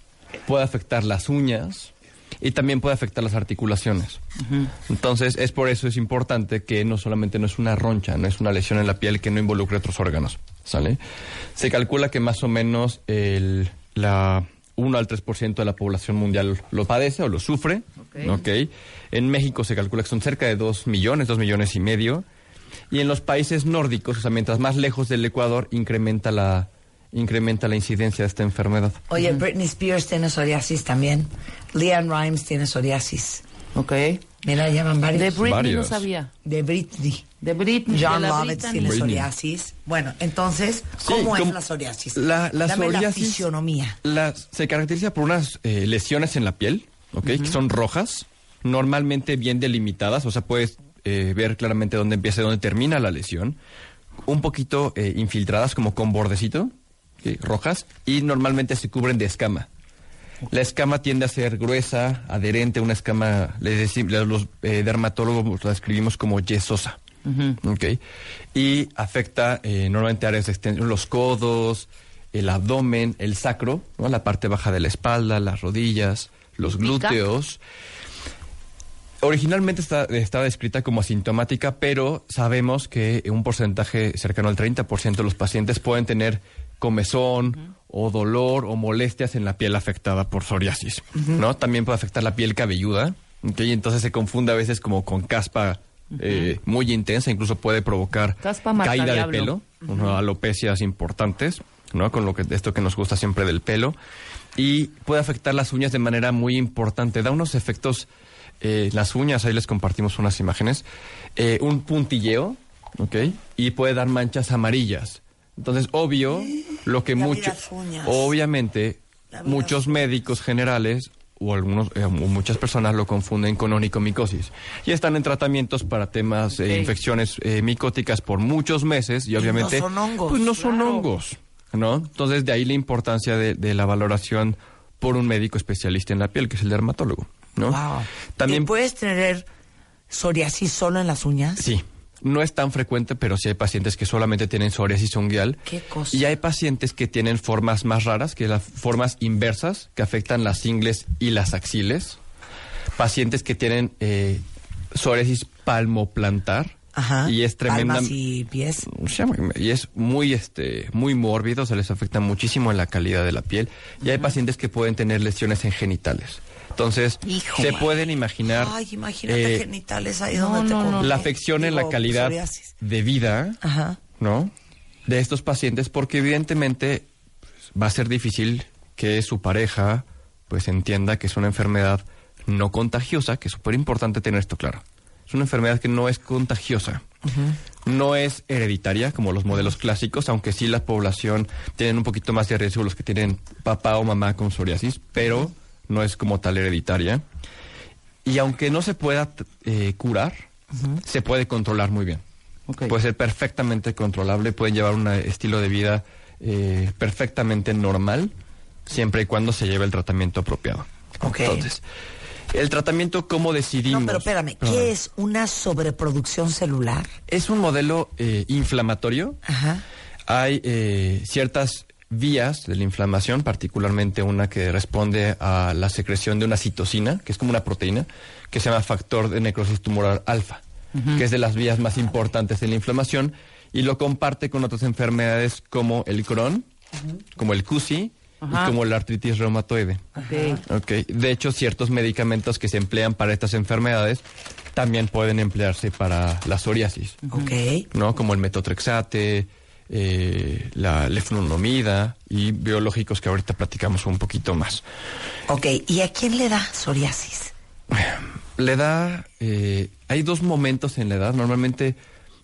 S6: puede afectar las uñas, y también puede afectar las articulaciones. Entonces, es por eso es importante que no solamente no es una roncha, no es una lesión en la piel que no involucre otros órganos, ¿sale? Se calcula que más o menos el la 1 al 3% de la población mundial lo padece o lo sufre,
S5: Ok.
S6: ¿ok? En México se calcula que son cerca de 2 millones, 2 millones y medio. Y en los países nórdicos, o sea, mientras más lejos del Ecuador, incrementa la, incrementa la incidencia de esta enfermedad.
S4: Oye, Britney Spears tiene psoriasis también. Leanne Rimes tiene psoriasis.
S5: Ok.
S4: Mira, llaman varios.
S5: De
S4: De,
S5: Britney no
S6: Varios.
S5: sabía.
S4: Britney.
S5: De Britney.
S4: John
S5: de la
S4: Lovett
S5: Britney.
S4: tiene
S6: Britney.
S4: psoriasis. Bueno, entonces, ¿cómo
S6: Sí,
S4: es
S6: ¿cómo-
S4: la psoriasis?
S6: La, la
S4: Dame
S6: psoriasis
S4: la fisionomía.
S6: la- se caracteriza por unas eh, lesiones en la piel, ¿ok? Que son rojas, normalmente bien delimitadas, o sea, puedes eh, ver claramente dónde empieza y dónde termina la lesión. Un poquito eh, infiltradas, como con bordecito, ¿ok? rojas, y normalmente se cubren de escama. La escama tiende a ser gruesa, adherente, una escama, les deci- le- los eh, dermatólogos la describimos como yesosa. Ok. Y afecta eh, normalmente áreas de extensión, los codos, el abdomen, el sacro, ¿no? la parte baja de la espalda, las rodillas, los
S5: Pica.
S6: glúteos. Originalmente está- estaba descrita como asintomática, pero sabemos que un porcentaje cercano al 30% de los pacientes pueden tener comezón o dolor o molestias en la piel afectada por psoriasis, ¿no? También puede afectar la piel cabelluda, ¿ok? Y entonces se confunde a veces como con caspa eh, muy intensa, incluso puede provocar
S5: Caspa marca
S6: caída de
S5: diablo.
S6: pelo, ¿no? alopecias importantes, ¿no? Con lo que esto que nos gusta siempre del pelo y puede afectar las uñas de manera muy importante. Da unos efectos eh, las uñas, ahí les compartimos unas imágenes, eh, un puntilleo, ¿ok? Y puede dar manchas amarillas. Entonces, obvio, lo que
S4: La vida
S6: muchos,
S4: uñas.
S6: obviamente,
S4: La vida
S6: muchos médicos generales o algunos eh, o muchas personas lo confunden con onicomicosis y están en tratamientos para temas eh,
S5: Ok.
S6: infecciones eh, micóticas por muchos meses y obviamente
S4: son hongos.
S6: pues no son
S5: Claro.
S6: hongos, ¿no? Entonces, de ahí la importancia de, de la valoración por un médico especialista en la piel, que es el dermatólogo, ¿no?
S4: Wow.
S6: También,
S4: ¿Y puedes tener psoriasis solo en las uñas?
S6: sí, no es tan frecuente, pero sí hay pacientes que solamente tienen psoriasis unguial.
S4: Qué cosa.
S6: Y hay pacientes que tienen formas más raras, que las formas inversas, que afectan las ingles y las axiles. Pacientes que tienen eh, psoriasis palmoplantar.
S4: Ajá.
S6: Y es tremenda.
S4: Palmas y pies.
S6: Sí, y es muy este muy mórbido, se les afecta muchísimo en la calidad de la piel y hay pacientes que pueden tener lesiones en genitales. Entonces,
S4: Hijo,
S6: se
S4: man.
S6: pueden imaginar
S4: Ay, imagínate
S6: eh,
S4: genitales ahí
S5: no,
S4: donde
S5: no,
S4: te
S5: no.
S4: con-
S6: la afección en
S4: digo,
S6: la calidad
S4: psoriasis.
S6: de vida,
S4: Ajá.
S6: ¿no? de estos pacientes porque evidentemente pues, va a ser difícil que su pareja pues entienda que es una enfermedad no contagiosa, que es súper importante tener esto claro. Es una enfermedad que no es contagiosa. No es hereditaria como los modelos clásicos, aunque sí la población tienen un poquito más de riesgo los que tienen papá o mamá con psoriasis, pero no es como tal hereditaria. Y aunque no se pueda t- eh, curar, se puede controlar muy bien.
S5: Ok.
S6: Puede ser perfectamente controlable, pueden llevar un eh, estilo de vida eh, perfectamente normal, siempre y cuando se lleve el tratamiento apropiado.
S4: Ok.
S6: Entonces, el tratamiento, ¿cómo decidimos?
S4: No, pero espérame,
S6: Perdón.
S4: ¿qué es una sobreproducción celular?
S6: Es un modelo eh, inflamatorio.
S4: Ajá.
S6: Hay eh, ciertas vías de la inflamación, particularmente una que responde a la secreción de una citocina, que es como una proteína, que se llama factor de necrosis tumoral alfa, que es de las vías más importantes de la inflamación y lo comparte con otras enfermedades como el Crohn, como el CUSI
S5: Ajá.
S6: y como la artritis reumatoide.
S5: Ok.
S6: Ok, de hecho ciertos medicamentos que se emplean para estas enfermedades también pueden emplearse para la psoriasis,
S4: Ok.
S5: Mm.
S6: ¿no? Como el metotrexate, eh, la leflunomida y biológicos que ahorita platicamos un poquito más.
S4: Ok, ¿y a quién le da psoriasis?
S6: La edad, eh, hay dos momentos en la edad. Normalmente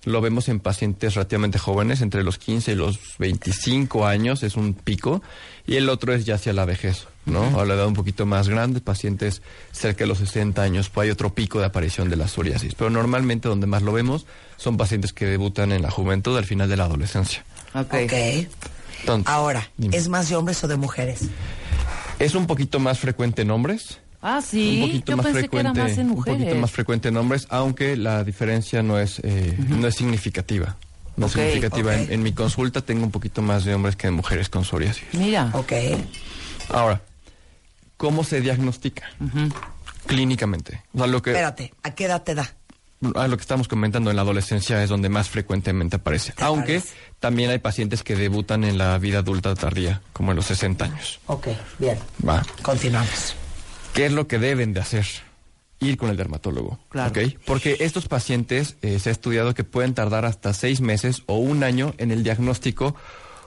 S6: lo vemos en pacientes relativamente jóvenes, entre los 15 y los 25 años es un pico, y el otro es ya hacia la vejez, ¿no? A la edad un poquito más grande, pacientes cerca de los 60 años, pues hay otro pico de aparición de la psoriasis. Pero normalmente donde más lo vemos son pacientes que debutan en la juventud al final de la adolescencia.
S5: Ok.
S4: Ok.
S6: Entonces,
S4: Ahora,
S6: dime.
S4: ¿es más de hombres o de mujeres?
S6: es un poquito más frecuente en hombres.
S5: Ah, sí.
S6: un poquito
S5: Yo
S6: más
S5: pensé
S6: frecuente,
S5: que era más en
S6: un
S5: mujeres.
S6: poquito más frecuente en hombres, aunque la diferencia no es eh, no es significativa. No es
S5: Ok,
S6: significativa.
S4: ok.
S6: En, en mi consulta tengo un poquito más de hombres que de mujeres con psoriasis.
S5: Mira.
S4: Ok.
S6: Ahora, ¿cómo se diagnostica? Clínicamente. O sea, lo que
S4: Espérate, ¿a qué edad te da?
S6: a lo que estamos comentando en la adolescencia es donde más frecuentemente aparece.
S4: ¿Te
S6: Aunque
S4: parece?
S6: también hay pacientes que debutan en la vida adulta tardía, como en los 60 años.
S4: Ok, bien.
S6: Va.
S4: Continuamos.
S6: ¿Qué es lo que deben de hacer? Ir con el dermatólogo.
S5: Claro.
S6: ¿ok? Porque estos pacientes eh, se ha estudiado que pueden tardar hasta seis meses o un año en el diagnóstico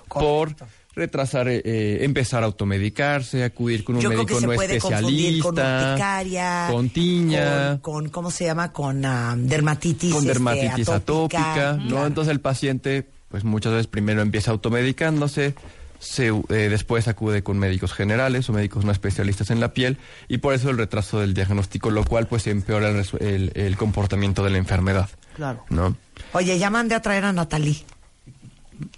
S4: Correcto.
S6: por retrasar, eh, eh, empezar a automedicarse, acudir con un
S4: Yo creo
S6: médico
S4: que se
S6: no
S4: puede confundir
S6: especialista,
S4: con urticaria,
S6: con tiña,
S4: con, con, ¿cómo se llama? Con ah, dermatitis,
S6: con
S4: este,
S6: dermatitis atópica, ¿no?
S4: Claro.
S6: Entonces el paciente, pues muchas veces primero empieza automedicándose, se, eh, después acude con médicos generales o médicos no especialistas en la piel y por eso el retraso del diagnóstico, lo cual pues empeora el, resu- el- el comportamiento de la enfermedad.
S5: Claro.
S6: ¿No?
S4: Oye, ya mandé a traer a Natalí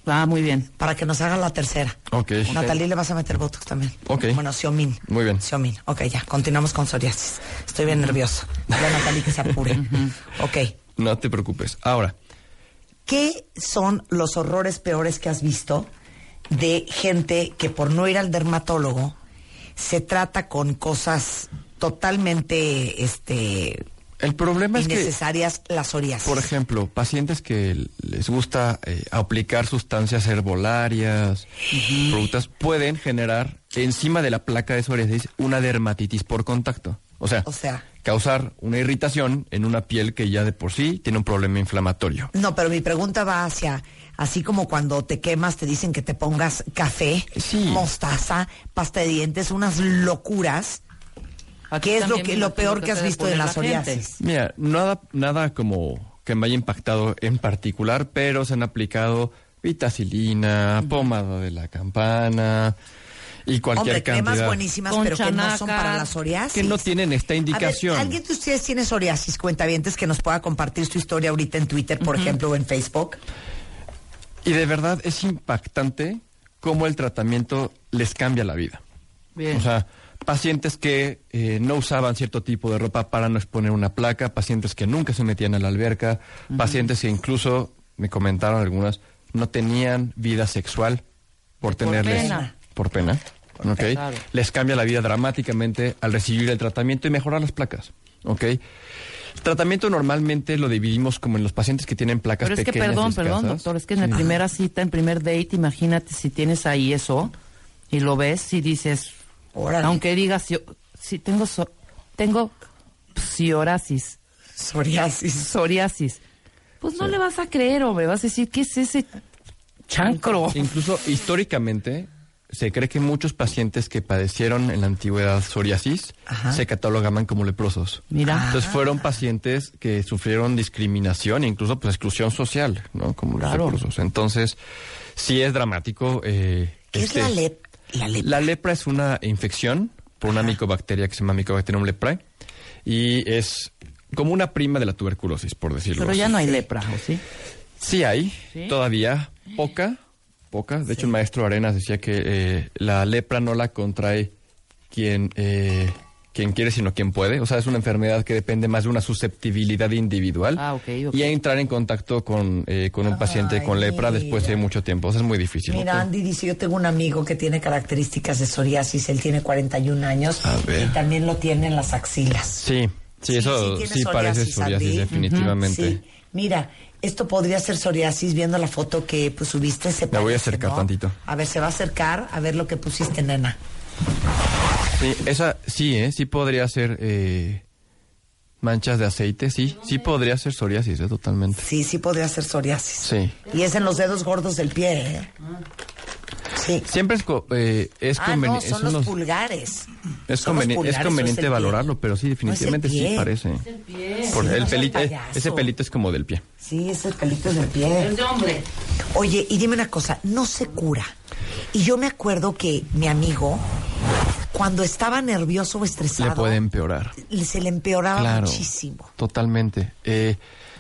S5: Ah, muy bien.
S4: para que nos haga la tercera.
S6: Ok.
S4: Natalí le vas a meter botox también.
S6: Ok.
S4: Bueno, Xiomin.
S6: Muy bien.
S4: Xiomin. Ok, ya. Continuamos con psoriasis. Estoy bien nervioso. Ya Natalí que se apure. ok.
S6: No te preocupes. Ahora,
S4: ¿Qué son los horrores peores que has visto de gente que por no ir al dermatólogo se trata con cosas totalmente este
S6: el problema es que...
S4: innecesarias las psoriasis?
S6: Por ejemplo, pacientes que les gusta eh, aplicar sustancias herbolarias, frutas, pueden generar encima de la placa de psoriasis una dermatitis por contacto. O sea,
S4: O sea.
S6: causar una irritación en una piel que ya de por sí tiene un problema inflamatorio.
S4: No, pero mi pregunta va hacia así como cuando te quemas te dicen que te pongas café,
S6: Sí.
S4: mostaza, pasta de dientes, unas locuras.
S5: Aquí
S4: ¿Qué es lo
S5: también
S4: que
S5: me
S4: lo
S5: imagino
S4: peor que
S5: se
S4: has
S5: debe
S4: visto de
S5: poner
S4: la
S5: gente.
S4: psoriasis?
S6: Mira, nada, nada como que me haya impactado en particular, pero se han aplicado vitacilina, pomada de la campana y cualquier
S4: Hombre,
S6: cantidad.
S4: cremas buenísimas,
S5: Con
S4: pero que no son para la
S5: chanacas,
S4: psoriasis.
S6: que no tienen esta indicación.
S4: A ver, ¿Alguien de ustedes tiene psoriasis, cuentavientes, que nos pueda compartir su historia ahorita en Twitter, por ejemplo, o en Facebook?
S6: Y de verdad es impactante cómo el tratamiento les cambia la vida.
S5: Bien.
S6: O sea, pacientes que eh, no usaban cierto tipo de ropa para no exponer una placa, pacientes que nunca se metían a la alberca, pacientes que incluso, me comentaron algunas, no tenían vida sexual por tenerles...
S5: pena.
S6: Por pena. ¿ok?
S5: Claro.
S6: Les cambia la vida dramáticamente al recibir el tratamiento y mejorar las placas. ¿ok? El tratamiento normalmente lo dividimos como en los pacientes que tienen placas
S5: Pero es que,
S6: pequeñas y
S5: perdón, perdón,
S6: escasas.
S5: doctor, es que en la primera cita, en primer date, imagínate si tienes ahí eso y lo ves y dices,
S4: Órale.
S5: aunque digas, yo, si tengo, so- tengo psoriasis,
S4: Psoriasis.
S5: psoriasis, pues no le vas a creer, hombre, vas a decir, ¿qué es ese Chancro.
S6: Incluso históricamente se cree que muchos pacientes que padecieron en la antigüedad psoriasis
S5: Ajá.
S6: se catalogaban como leprosos.
S5: Mira. Ah.
S6: Entonces fueron pacientes que sufrieron discriminación, incluso pues exclusión social, ¿no? Como
S5: Claro.
S6: los leprosos. Entonces, sí es dramático. eh,
S4: ¿Qué es la lep- la lepra?
S6: es una infección por una micobacteria que se llama Mycobacterium leprae y es como una prima de la tuberculosis, por decirlo
S5: Pero ya
S6: así.
S5: no hay lepra, ¿o sí?
S6: Sí hay,
S5: ¿Sí?
S6: todavía, poca, poca. De hecho, el maestro Arenas decía que eh, la lepra no la contrae quien, eh, quien quiere, sino quien puede. O sea, es una enfermedad que depende más de una susceptibilidad individual.
S5: Ah, ok, ok.
S6: Y a entrar en contacto con, eh, con un paciente con lepra después de mucho tiempo. O sea, es muy difícil.
S4: Mira, Andy dice, yo tengo un amigo que tiene características de psoriasis, él tiene 41 años
S6: A ver.
S4: y también lo tiene en las axilas.
S6: Sí, sí, eso sí,
S4: tiene
S6: parece psoriasis,
S4: Andy.
S6: definitivamente.
S4: Sí. Mira, esto podría ser psoriasis viendo la foto que pues, subiste. Se
S6: Me voy a
S4: parece,
S6: acercar
S4: ¿no?
S6: tantito.
S4: A ver, se va a acercar a ver lo que pusiste, nena.
S6: Sí, esa sí, ¿eh? Sí podría ser eh, manchas de aceite, sí. Sí podría ser psoriasis, ¿eh? Totalmente.
S4: Sí, sí podría ser psoriasis.
S6: Sí.
S4: Y es en los dedos gordos del pie, ¿eh? Sí.
S6: Siempre es, co- eh, es
S4: ah,
S6: conveni-
S4: no,
S6: es
S4: son los
S6: unos-
S4: pulgares.
S6: es
S4: Son los
S6: conveni- es
S4: pulgares, no
S6: conveniente
S4: es el pie.
S6: valorarlo, pero sí,
S4: No es el
S6: definitivamente sí
S4: pie.
S6: parece. Por
S4: Sí, no
S6: el
S4: seas
S6: pelito, eh,
S4: payaso.
S6: ese pelito es como del pie.
S4: Sí, es el pelito del pie.
S5: de hombre.
S4: Oye, y dime una cosa, no se cura. Y yo me acuerdo que mi amigo, cuando estaba nervioso o estresado,
S6: Le puede empeorar.
S4: se le empeoraba
S6: Claro.
S4: muchísimo.
S6: Totalmente. Eh,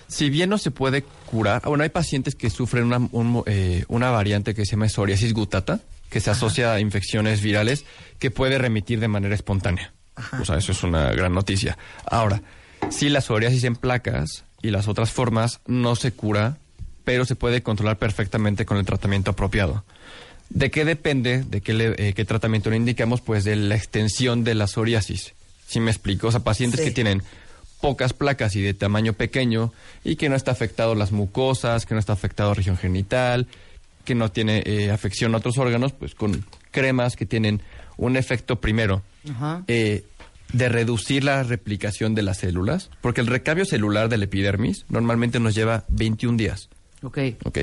S6: si bien no se puede curar, ah, bueno, hay pacientes que sufren una, un mo- eh, una variante que se llama psoriasis gutata, que se asocia a infecciones virales, que puede remitir de manera espontánea. O sea, eso es una gran noticia. Ahora, si la psoriasis en placas y las otras formas no se cura, pero se puede controlar perfectamente con el tratamiento apropiado. ¿De qué depende? ¿De qué, le- eh, qué tratamiento le indicamos? Pues de la extensión de la psoriasis. Si me explico, o sea, pacientes
S4: Sí.
S6: que tienen pocas placas y de tamaño pequeño y que no está afectado las mucosas, que no está afectado región genital, que no tiene eh, afección a otros órganos, pues con cremas que tienen un efecto primero
S5: Ajá.
S6: eh, de reducir la replicación de las células, porque el recambio celular del epidermis normalmente nos lleva 21 días,
S5: Ok.
S6: ¿ok?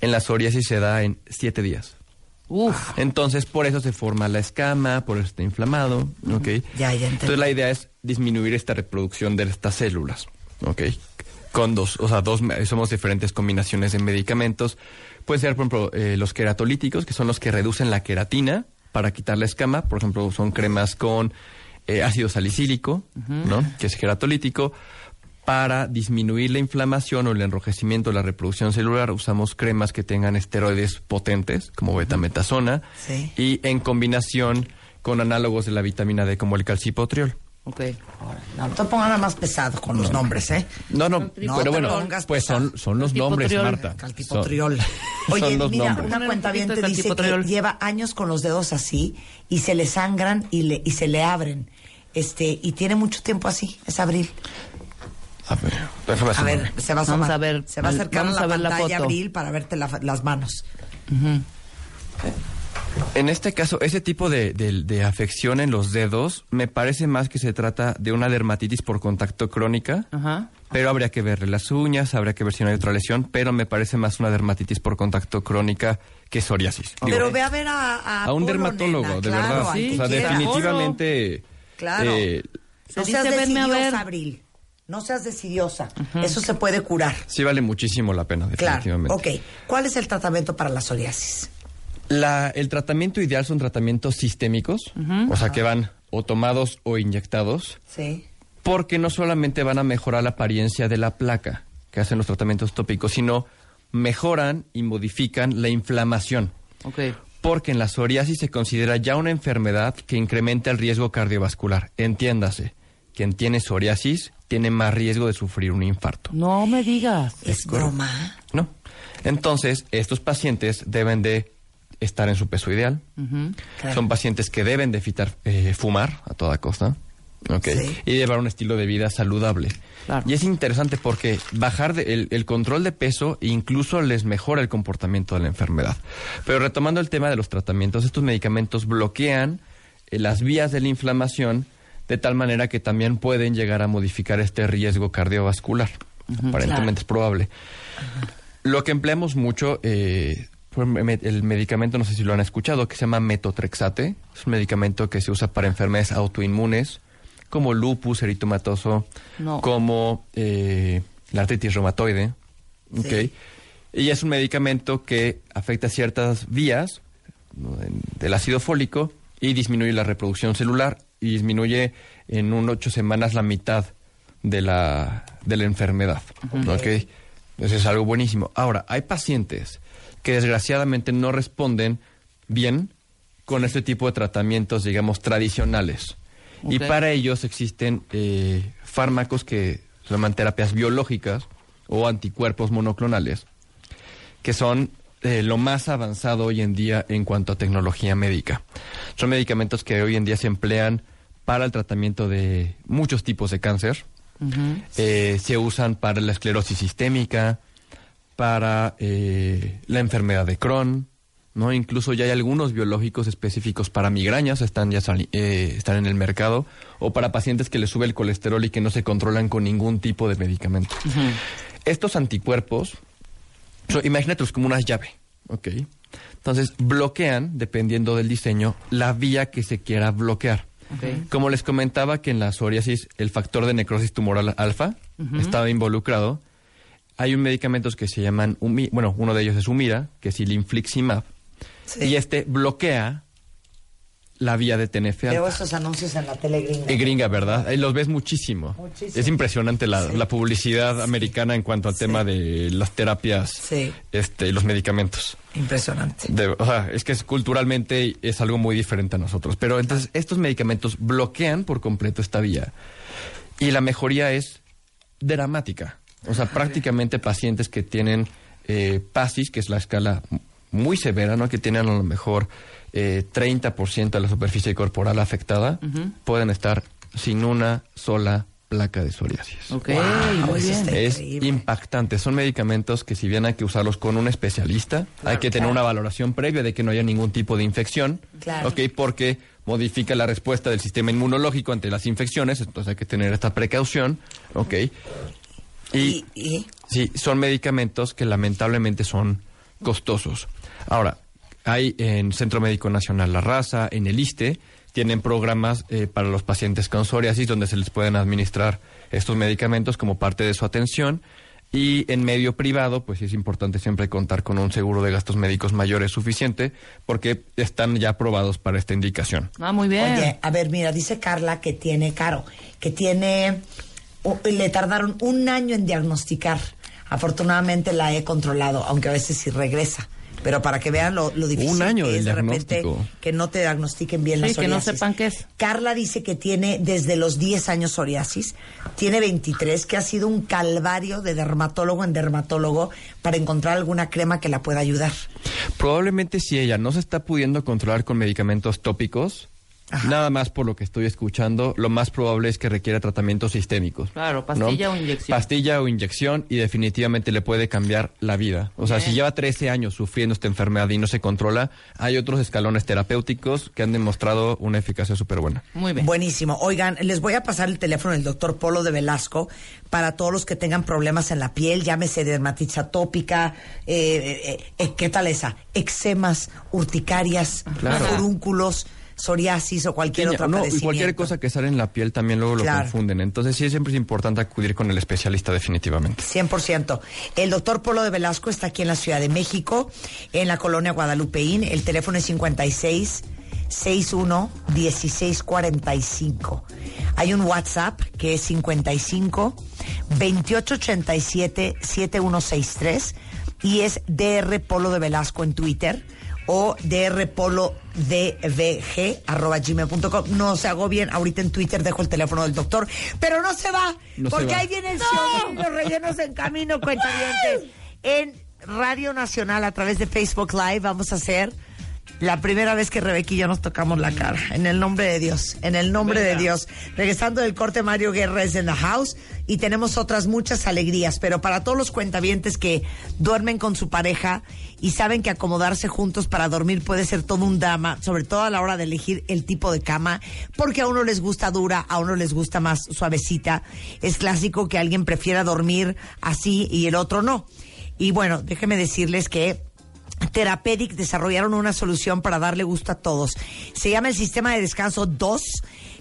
S6: En la psoriasis se da en 7 días.
S5: Uf.
S6: Entonces, por eso se forma la escama, por eso está inflamado, ¿ok?
S4: Ya, ya entendí.
S6: Entonces, la idea es disminuir esta reproducción de estas células, ¿ok? Con dos, o sea, dos, me- somos diferentes combinaciones de medicamentos. Pueden ser, por ejemplo, eh, los queratolíticos, que son los que reducen la queratina para quitar la escama. Por ejemplo, son cremas con eh, ácido salicílico, ¿no? Que es queratolítico. Para disminuir la inflamación o el enrojecimiento, la reproducción celular, usamos cremas que tengan esteroides potentes, como betametasona,
S4: Sí.
S6: y en combinación con análogos de la vitamina D, como el calcipotriol.
S5: Ok.
S4: No, no te pongas nada más pesado con los nombres, ¿eh?
S6: No, no,
S4: No te
S6: pero bueno,
S4: pongas
S6: pues son,
S4: pesado.
S6: son los nombres,
S5: Calcipotriol.
S6: Marta.
S4: Caltipotriol.
S6: Son-
S4: Oye,
S6: son los
S4: mira,
S6: nombres.
S4: una cuenta bien
S5: Un poquito de
S4: dice que
S5: caltipotriol.
S4: lleva años con los dedos así y se le sangran y, le, y se le abren. Este, y tiene mucho tiempo así, es abril.
S6: A ver, déjame
S4: A
S6: hacer
S4: ver, se va a
S5: Vamos
S4: asomar.
S5: a ver,
S4: Se va a
S5: al-
S4: acercar
S5: vamos
S4: a la
S5: a ver la
S4: pantalla
S5: foto.
S4: abril para verte la- las manos.
S6: En este caso, ese tipo de, de- de afección en los dedos me parece más que se trata de una dermatitis por contacto crónica.
S5: Ajá.
S6: Pero habría que ver las uñas, habría que ver si no hay otra lesión, pero me parece más una dermatitis por contacto crónica que psoriasis. Digo,
S4: Pero ve a ver a... A,
S6: a un
S4: Polo,
S6: dermatólogo,
S4: nena,
S6: de
S4: claro,
S6: verdad.
S4: al
S5: Sí,
S6: o
S4: que
S6: sea,
S4: quiera.
S6: definitivamente.
S4: Claro.
S6: eh,
S5: Se
S4: No
S5: dice,
S4: seas
S5: venme a ver.
S4: decidiosa, Abril. No seas decidiosa. Eso se puede curar.
S6: sí vale muchísimo la pena,
S4: Claro.
S6: definitivamente.
S4: Ok. ¿Cuál es el tratamiento para la psoriasis?
S6: La- el tratamiento ideal son tratamientos sistémicos, o sea, que van o tomados o inyectados,
S4: Sí.
S6: porque no solamente van a mejorar la apariencia de la placa que hacen los tratamientos tópicos, sino mejoran y modifican la inflamación.
S5: Ok.
S6: Porque en la psoriasis se considera ya una enfermedad que incrementa el riesgo cardiovascular. Entiéndase, quien tiene psoriasis tiene más riesgo de sufrir un infarto.
S5: No me digas.
S4: Es broma.
S6: ¿no? Entonces, estos pacientes deben de estar en su peso ideal.
S4: Claro.
S6: Son pacientes que deben de evitar eh, fumar a toda costa. ¿ok?
S4: Sí.
S6: Y llevar un estilo de vida saludable.
S5: Claro.
S6: Y es interesante porque bajar de- el, el control de peso incluso les mejora el comportamiento de la enfermedad. Pero retomando el tema de los tratamientos, estos medicamentos bloquean eh, las vías de la inflamación de tal manera que también pueden llegar a modificar este riesgo cardiovascular. Aparentemente
S5: Claro.
S6: es probable. Lo que empleamos mucho, eh, Por me- El medicamento, no sé si lo han escuchado, que se llama metotrexate. Es un medicamento que se usa para enfermedades autoinmunes, como lupus eritomatoso,
S5: No.
S6: como eh, la artritis reumatoide. ¿ok? Y es un medicamento que afecta ciertas vías ¿no? en- del ácido fólico y disminuye la reproducción celular y disminuye en un ocho semanas la mitad de la, de la enfermedad. ¿ok? Entonces es algo buenísimo. Ahora, hay pacientes que desgraciadamente no responden bien con este tipo de tratamientos, digamos, tradicionales. Y
S5: Ok.
S6: para ellos existen eh, fármacos que se llaman terapias biológicas o anticuerpos monoclonales, que son eh, lo más avanzado hoy en día en cuanto a tecnología médica. Son medicamentos que hoy en día se emplean para el tratamiento de muchos tipos de cáncer.
S5: Ujú.
S6: Eh, se usan para la esclerosis sistémica, para eh, la enfermedad de Crohn, ¿no? Incluso ya hay algunos biológicos específicos para migrañas, están ya sali- eh, están en el mercado, o para pacientes que les sube el colesterol y que no se controlan con ningún tipo de medicamento. Estos anticuerpos, so- imagínatelos como una llave, ¿ok? Entonces bloquean, dependiendo del diseño, la vía que se quiera bloquear.
S5: Ok.
S6: Como les comentaba que en la psoriasis el factor de necrosis tumoral alfa estaba involucrado, hay un medicamento que se llaman, Umi- bueno, uno de ellos es Humira, que es Ilinfliximab, y este bloquea la vía de TNF
S4: Veo
S6: alfa.
S4: esos anuncios en la tele gringa.
S6: Eh, gringa, ¿verdad? Ahí los ves muchísimo.
S4: Muchísimo.
S6: Es impresionante la, la publicidad americana en cuanto al tema de las terapias,
S4: Sí.
S6: este, los medicamentos.
S4: Impresionante.
S6: De- o sea, es que es- culturalmente es algo muy diferente a nosotros. Pero entonces estos medicamentos bloquean por completo esta vía. Y la mejoría es dramática. O sea, prácticamente pacientes que tienen eh, PASIS, que es la escala m- muy severa, ¿no? Que tienen a lo mejor eh, 30% de la superficie corporal afectada, pueden estar sin una sola placa de psoriasis.
S5: Ok,
S4: Wow,
S5: muy
S4: eso está
S5: bien.
S4: pues,
S6: Es
S4: este, Increíble.
S6: impactante. Son medicamentos que si bien hay que usarlos con un especialista, hay que tener una valoración previa de que no haya ningún tipo de infección.
S4: Claro.
S6: Ok, porque modifica la respuesta del sistema inmunológico ante las infecciones, entonces hay que tener esta precaución. Ok. Y,
S4: Y- y-
S6: sí, son medicamentos que lamentablemente son costosos. Ahora, hay en Centro Médico Nacional La Raza, en el ISTE, E, tienen programas eh, para los pacientes con psoriasis donde se les pueden administrar estos medicamentos como parte de su atención. Y en medio privado, pues es importante siempre contar con un seguro de gastos médicos mayores suficiente porque están ya aprobados para esta indicación.
S5: Ah, muy bien.
S4: Oye, a ver, mira, dice Carla que tiene, Caro, que tiene, u- le tardaron un año en diagnosticar. Afortunadamente la he controlado, aunque a veces sí regresa. Pero para que vean lo, lo difícil
S6: Un año
S4: que
S6: del
S4: es de repente
S6: diagnóstico.
S4: que no te diagnostiquen bien la
S5: Sí, que no
S4: psoriasis.
S5: sepan qué es.
S4: Carla dice que tiene desde los 10 años psoriasis, tiene 23, que ha sido un calvario de dermatólogo en dermatólogo para encontrar alguna crema que la pueda ayudar.
S6: Probablemente si ella no se está pudiendo controlar con medicamentos tópicos, nada más por lo que estoy escuchando, lo más probable es que requiera tratamientos sistémicos.
S5: Claro, pastilla o inyección.
S6: Pastilla o inyección y definitivamente le puede cambiar la vida. O sea, si lleva 13 años sufriendo esta enfermedad y no se controla, hay otros escalones terapéuticos que han demostrado una eficacia súper buena.
S5: Muy bien.
S4: Buenísimo. Oigan, les voy a pasar el teléfono del doctor Polo de Velasco para todos los que tengan problemas en la piel, llámese dermatitis atópica, eh, eh, eh, ¿qué tal esa? Eczemas, urticarias,
S6: Claro.
S4: furúnculos, psoriasis o cualquier
S6: Tiña,
S4: otra
S6: no, y cualquier cosa que sale en la piel también luego
S4: Claro.
S6: lo confunden. Entonces sí, siempre es importante acudir con el especialista definitivamente.
S4: 100%. El doctor Polo de Velasco está aquí en la Ciudad de México, en la colonia Guadalupeín. El teléfono es 56 61 16 45. Hay un WhatsApp que es 55 28 87 7163 y es DR Polo de Velasco en Twitter o drpolodvg arroba gmail.com. No se hago bien, ahorita en Twitter dejo el teléfono del doctor, pero no se va,
S6: No se
S4: porque
S6: va.
S4: ahí viene el show de los rellenos en camino, cuentavientes. En Radio Nacional, a través de Facebook Live, vamos a hacer la primera vez que Rebeca y yo nos tocamos la cara. En el nombre de Dios, en el nombre de Dios. Regresando del corte, Mario Guerra es en la house y tenemos otras muchas alegrías. Pero para todos los cuentavientes que duermen con su pareja y saben que acomodarse juntos para dormir puede ser todo un drama, sobre todo a la hora de elegir el tipo de cama, porque a uno les gusta dura, a uno les gusta más suavecita. Es clásico que alguien prefiera dormir así y el otro no. Y bueno, déjenme decirles que Therapeutic desarrollaron una solución para darle gusto a todos. Se llama el sistema de descanso 2,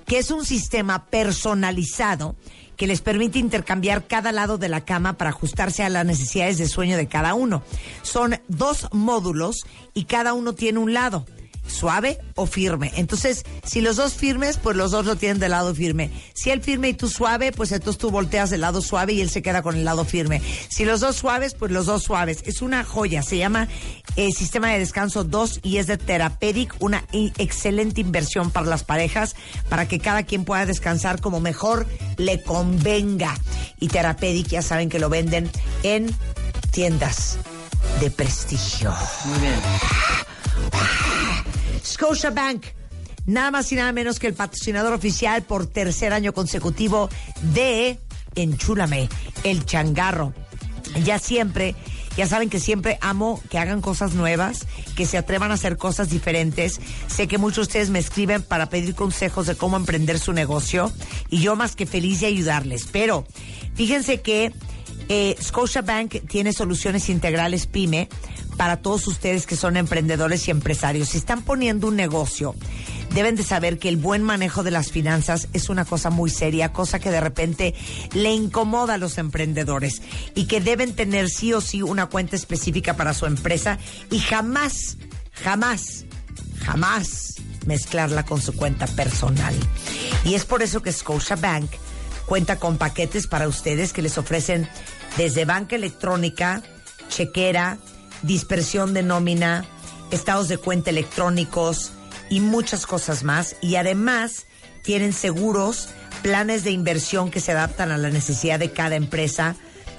S4: que es un sistema personalizado que les permite intercambiar cada lado de la cama para ajustarse a las necesidades de sueño de cada uno. Son dos módulos y cada uno tiene un lado suave o firme. Entonces, si los dos firmes, pues los dos lo tienen del lado firme. Si él firme y tú suave, pues entonces tú volteas del lado suave y él se queda con el lado firme. Si los dos suaves, pues los dos suaves. Es una joya, se llama eh, Sistema de Descanso 2 y es de Therapeutic, una i- excelente inversión para las parejas, para que cada quien pueda descansar como mejor le convenga. Y Therapeutic ya saben que lo venden en tiendas de prestigio.
S5: Muy bien.
S4: Scotiabank. Nada más y nada menos que el patrocinador oficial por tercer año consecutivo de Enchúlame, el changarro. Ya siempre, ya saben que siempre amo que hagan cosas nuevas, que se atrevan a hacer cosas diferentes. Sé que muchos de ustedes me escriben para pedir consejos de cómo emprender su negocio y yo más que feliz de ayudarles. Pero fíjense que eh, Scotiabank tiene soluciones integrales PYME para todos ustedes que son emprendedores y empresarios. Si están poniendo un negocio, deben de saber que el buen manejo de las finanzas es una cosa muy seria, cosa que de repente le incomoda a los emprendedores y que deben tener sí o sí una cuenta específica para su empresa y jamás, jamás jamás mezclarla con su cuenta personal. Y es por eso que Scotiabank cuenta con paquetes para ustedes que les ofrecen desde banca electrónica, chequera, dispersión de nómina, estados de cuenta electrónicos y muchas cosas más. Y además tienen seguros, planes de inversión que se adaptan a la necesidad de cada empresa.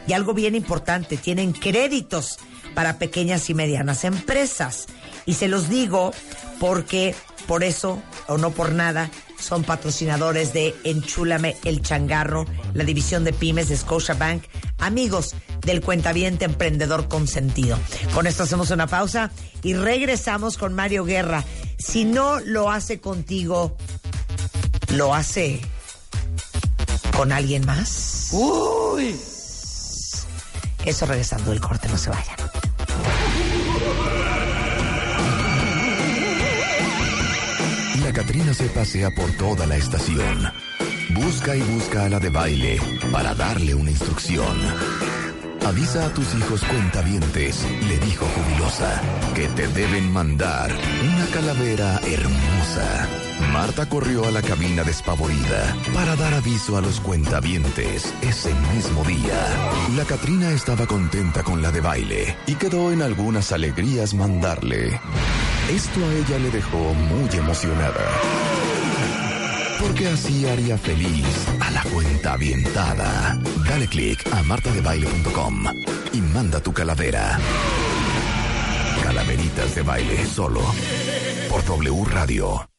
S4: Y algo bien importante, tienen créditos para pequeñas y medianas empresas. Y se los digo porque por eso o no por nada son patrocinadores de Enchúlame el Changarro, la división de pymes de Scotiabank, amigos del cuentaviente emprendedor consentido. Con esto hacemos una pausa y regresamos con Mario Guerra. Si no lo hace contigo, lo hace con alguien más.
S5: Uy.
S4: Eso regresando del corte, no se vayan.
S1: La Catrina se pasea por toda la estación. Busca y busca a la de baile para darle una instrucción. Avisa a tus hijos cuentavientes, le dijo jubilosa, que te deben mandar una calavera hermosa. Marta corrió a la cabina despavorida para dar aviso a los cuentavientes ese mismo día. La Catrina estaba contenta con la de baile y quedó en algunas alegrías mandarle. Esto a ella le dejó muy emocionada. Porque así haría feliz a la cuenta avientada. Dale click a martadebaile.com y manda tu calavera. Calaveritas de baile solo por W Radio.